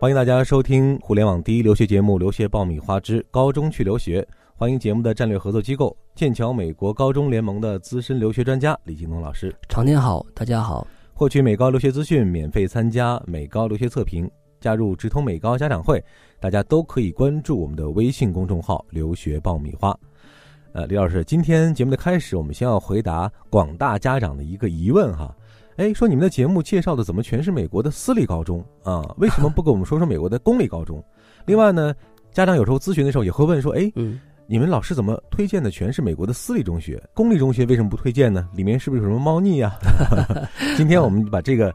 欢迎大家收听互联网第一留学节目《留学爆米花之高中去留学》。欢迎节目的战略合作机构剑桥美国高中联盟的资深留学专家李金农老师。常天好，大家好。获取美高留学资讯，免费参加美高留学测评，加入直通美高家长会，大家都可以关注我们的微信公众号“留学爆米花”。呃，李老师，今天节目的开始，我们先要回答广大家长的一个疑问哈。哎，说你们的节目介绍的怎么全是美国的私立高中啊？为什么不跟我们说说美国的公立高中？另外呢，家长有时候咨询的时候也会问说，哎，嗯，你们老师怎么推荐的全是美国的私立中学？公立中学为什么不推荐呢？里面是不是有什么猫腻 啊？ 今天我们把这个，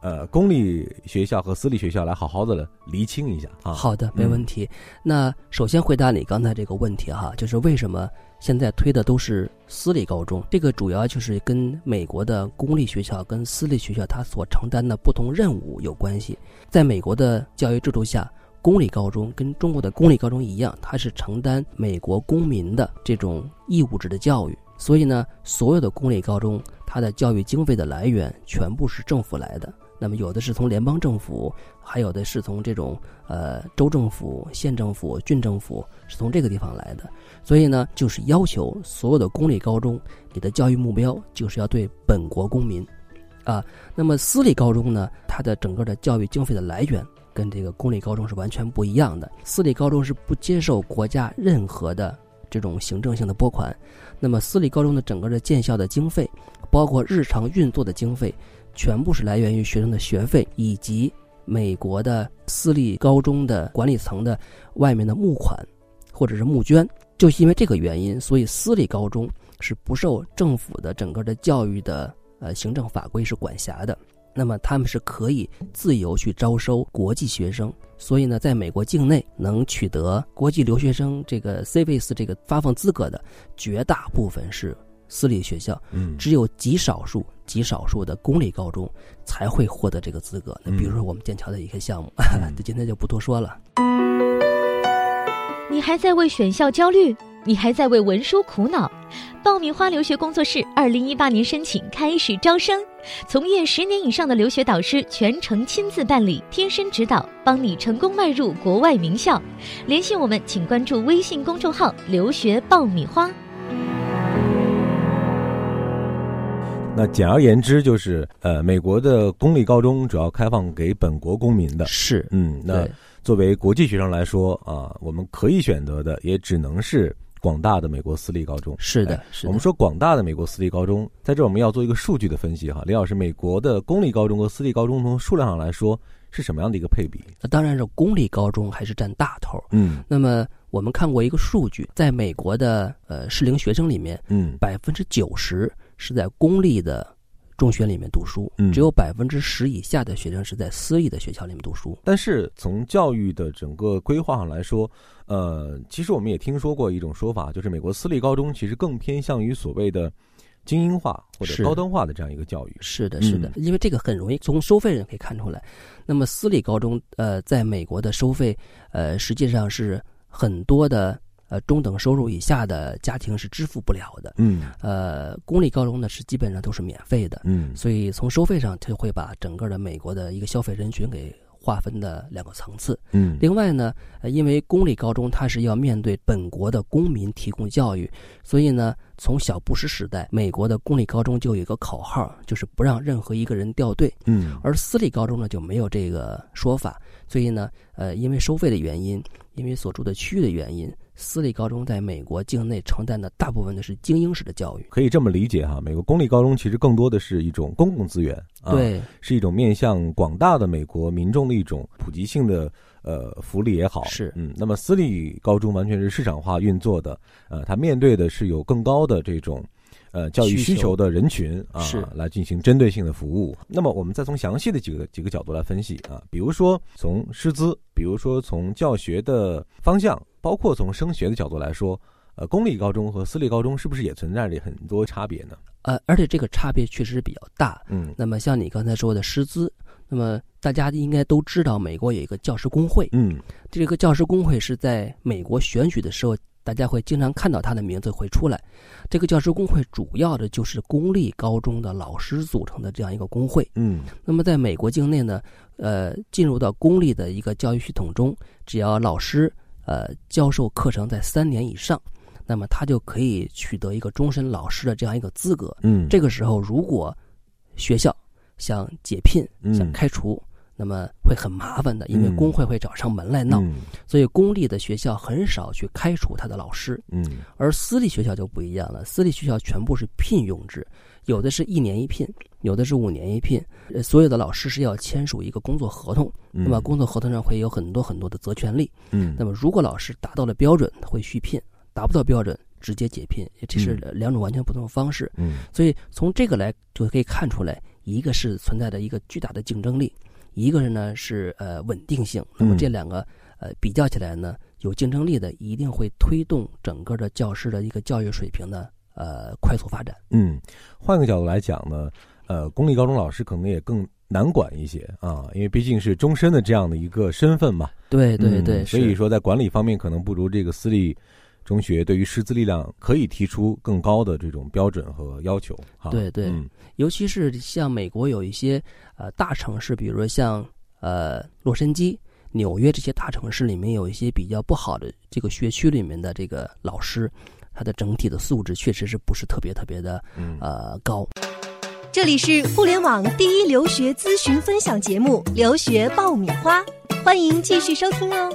呃，公立学校和私立学校来好好的厘清一下啊。好的，没问题。那首先回答你刚才这个问题哈，就是为什么现在推的都是私立高中？这个主要就是跟美国的公立学校跟私立学校它所承担的不同任务有关系。在美国的教育制度下，公立高中跟中国的公立高中一样，它是承担美国公民的这种义务制的教育。所以呢，所有的公立高中它的教育经费的来源全部是政府来的。那么有的是从联邦政府，还有的是从这种呃州政府、县政府、郡政府，是从这个地方来的。所以呢，就是要求所有的公立高中，你的教育目标就是要对本国公民，啊，那么私立高中呢，它的整个的教育经费的来源跟这个公立高中是完全不一样的。私立高中是不接受国家任何的这种行政性的拨款，那么私立高中的整个的建校的经费，包括日常运作的经费。全部是来源于学生的学费以及美国的私立高中的管理层的外面的募款或者是募捐。就是因为这个原因，所以私立高中是不受政府的整个的教育的呃行政法规是管辖的。那么他们是可以自由去招收国际学生，所以呢，在美国境内能取得国际留学生这个 c v s 这个发放资格的，绝大部分是私立学校。嗯， 只有极少数、极少数的公立高中才会获得这个资格。那比如说我们剑桥的一个项目， 嗯今天就不多说了。你还在为选校焦虑？你还在为文书苦恼？爆米花留学工作室二零一八年申请开始招生，从业十年以上的留学导师全程亲自办理，贴身指导，帮你成功迈入国外名校。联系我们，请关注微信公众号“留学爆米花”。那简而言之就是，呃，美国的公立高中主要开放给本国公民的。是，嗯，那对，作为国际学生来说啊，我们可以选择的也只能是广大的美国私立高中。哎是的，是我们的，说广大的美国私立高中，在这儿我们要做一个数据的分析哈。李老师，美国的公立高中和私立高中从数量上来说是什么样的一个配比？那当然是公立高中还是占大头儿。嗯那么我们看过一个数据，在美国的呃适龄学生里面，嗯百分之九十是在公立的中学里面读书，嗯只有百分之十以下的学生是在私立的学校里面读书。但是从教育的整个规划上来说，呃，其实我们也听说过一种说法，就是美国私立高中其实更偏向于所谓的精英化或者是高端化的这样一个教育。是的，是的，因为这个很容易从收费上可以看出来。那么私立高中，呃，在美国的收费，呃，实际上是很多的呃中等收入以下的家庭是支付不了的。嗯呃，公立高中呢是基本上都是免费的，嗯所以从收费上就会把整个的美国的一个消费人群给划分的两个层次。嗯另外呢，呃因为公立高中它是要面对本国的公民提供教育，所以呢，从小布什时代，美国的公立高中就有一个口号，就是不让任何一个人掉队，嗯而私立高中呢就没有这个说法。所以呢，呃，因为收费的原因，因为所住的区域的原因，私立高中在美国境内承担的大部分的是精英式的教育。可以这么理解哈，美国公立高中其实更多的是一种公共资源，啊、，对，是一种面向广大的美国民众的一种普及性的呃福利也好，是嗯，那么私立高中完全是市场化运作的，呃，它面对的是有更高的这种。呃，教育需需求求的人群啊，是来进行针对性的服务。那么，我们再从详细的几个几个角度来分析啊，比如说从师资，比如说从教学的方向，包括从升学的角度来说，呃，公立高中和私立高中是不是也存在着很多差别呢？呃，而且这个差别确实比较大。嗯那么像你刚才说的师资，那么大家应该都知道，美国有一个教师工会。嗯这个教师工会是在美国选举的时候大家会经常看到他的名字会出来。这个教师工会主要的就是公立高中的老师组成的这样一个工会。嗯那么在美国境内呢，呃，进入到公立的一个教育系统中，只要老师呃教授课程在三年以上，那么他就可以取得一个终身老师的这样一个资格。嗯，这个时候，如果学校想解聘、嗯想开除，那么会很麻烦的，因为嗯工会会找上门来闹。嗯所以公立的学校很少去开除他的老师，嗯而私立学校就不一样了。私立学校全部是聘用制，有的是一年一聘，有的是五年一聘。呃，所有的老师是要签署一个工作合同，嗯，那么工作合同上会有很多很多的责权利。嗯那么如果老师达到了标准，会续聘；达不到标准，直接解聘。这是两种完全不同的方式。嗯所以从这个来就可以看出来，一个是存在着一个巨大的竞争力，一个是呢是呃稳定性。那么嗯这两个呃比较起来呢，有竞争力的一定会推动整个的教师的一个教育水平的呃快速发展。嗯，换个角度来讲呢，呃，公立高中老师可能也更难管一些啊，因为毕竟是终身的这样的一个身份嘛。对对嗯对，所以是说在管理方面可能不如这个私立中学对于师资力量可以提出更高的这种标准和要求。哈对对嗯尤其是像美国有一些呃大城市，比如说像呃洛杉矶、纽约这些大城市里面有一些比较不好的这个学区里面的这个老师，他的整体的素质确实是不是特别特别的嗯呃高。这里是互联网第一留学咨询分享节目《留学爆米花》，欢迎继续收听哦。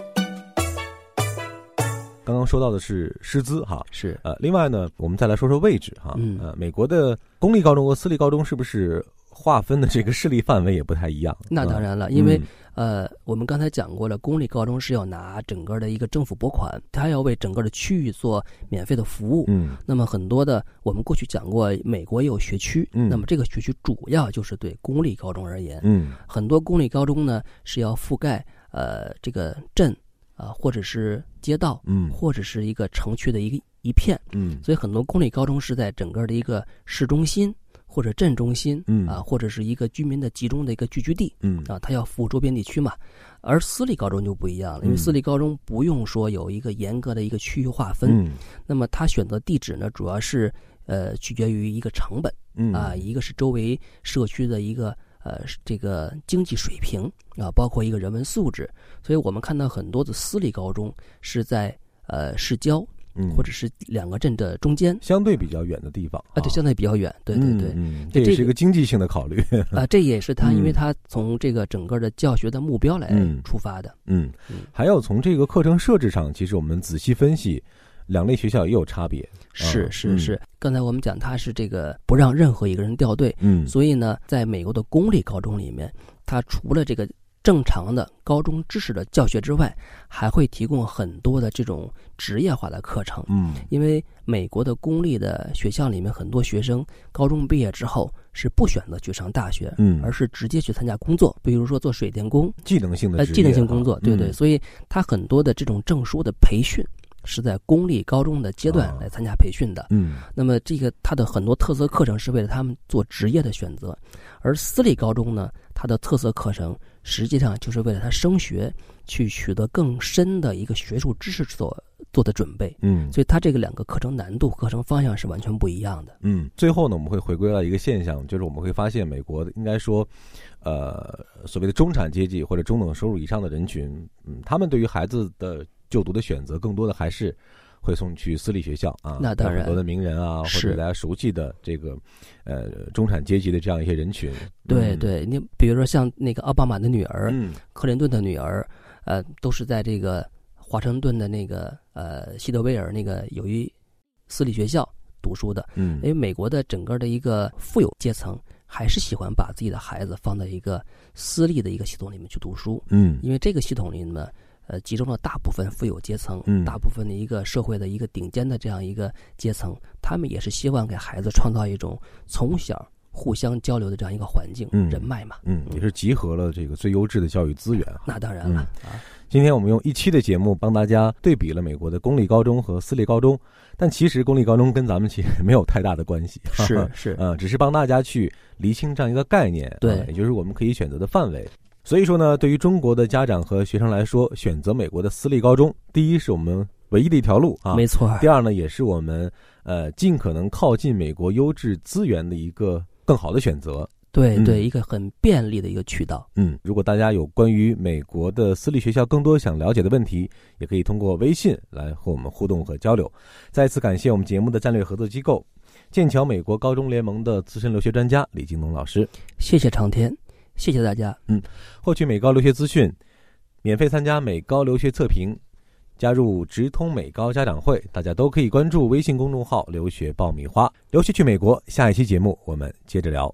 刚刚说到的是师资哈，是呃，另外呢，我们再来说说位置哈，嗯呃，美国的公立高中和私立高中是不是划分的这个势力范围也不太一样？那当啊，然了，因为、嗯呃，我们刚才讲过了，公立高中是要拿整个的一个政府拨款，它要为整个的区域做免费的服务。嗯那么很多的，我们过去讲过，美国也有学区，嗯那么这个学区主要就是对公立高中而言，嗯很多公立高中呢是要覆盖呃这个镇啊、呃或者是街道，嗯或者是一个城区的一个一片，嗯所以很多公立高中是在整个的一个市中心或者镇中心，嗯啊，或者是一个居民的集中的一个聚居地嗯啊，它要服务周边地区嘛。而私立高中就不一样了，因为嗯私立高中不用说有一个严格的一个区域划分，嗯那么它选择地址呢，主要是呃取决于一个成本。嗯啊，一个是周围社区的一个呃是这个经济水平啊，包括一个人文素质。所以我们看到很多的私立高中是在呃市郊嗯或者是两个镇的中间相对比较远的地方啊，对，相对比较远，对对对。嗯嗯对这这也是一个个经济性的考虑。啊，这也是他，因为嗯他从这个整个的教学的目标来嗯出发的。嗯嗯，还要从这个课程设置上，其实我们仔细分析，两类学校也有差别。是嗯是是，刚才我们讲他是这个不让任何一个人掉队，嗯所以呢，在美国的公立高中里面，它除了这个正常的高中知识的教学之外，还会提供很多的这种职业化的课程。嗯因为美国的公立的学校里面，很多学生高中毕业之后是不选择去上大学，嗯，而是直接去参加工作，比如说做水电工，技能性的呃，职技能业性哈工作，对对。嗯所以他很多的这种证书的培训是在公立高中的阶段啊来参加培训的。嗯那么这个它的很多特色课程是为了他们做职业的选择，而私立高中呢，它的特色课程实际上就是为了他升学去取得更深的一个学术知识所做的准备。嗯所以它这个两个课程难度、课程方向是完全不一样的。嗯，最后呢，我们会回归到一个现象，就是我们会发现，美国的应该说，呃，所谓的中产阶级或者中等收入以上的人群，嗯，他们对于孩子的就读的选择，更多的还是会送去私立学校啊。那当有然很多的名人啊，或是者大家熟悉的这个呃中产阶级的这样一些人群。对嗯，对，你比如说像那个奥巴马的女儿、嗯克林顿的女儿，呃，都是在这个华盛顿的那个呃西德威尔那个有一私立学校读书的。嗯因为美国的整个的一个富有阶层还是喜欢把自己的孩子放在一个私立的一个系统里面去读书，嗯因为这个系统里呢，呃，集中了大部分富有阶层，嗯大部分的一个社会的一个顶尖的这样一个阶层，他们也是希望给孩子创造一种从小互相交流的这样一个环境，嗯人脉嘛。嗯，也是集合了这个最优质的教育资源哈。那当然了、啊，今天我们用一期的节目帮大家对比了美国的公立高中和私立高中，但其实公立高中跟咱们其实没有太大的关系， 是是， 呃， 只是帮大家去厘清这样一个概念，对呃也就是我们可以选择的范围。呃所以说呢，对于中国的家长和学生来说，选择美国的私立高中，第一是我们唯一的一条路啊。没错儿，第二呢，也是我们呃尽可能靠近美国优质资源的一个更好的选择。对嗯对，一个很便利的一个渠道。嗯，如果大家有关于美国的私立学校更多想了解的问题，也可以通过微信来和我们互动和交流。再次感谢我们节目的战略合作机构剑桥美国高中联盟的资深留学专家李金龙老师。谢谢长天，谢谢大家。获取美高留学资讯，免费参加美高留学测评，加入直通美高家长会，大家都可以关注微信公众号“留学爆米花”。留学去美国，下一期节目我们接着聊。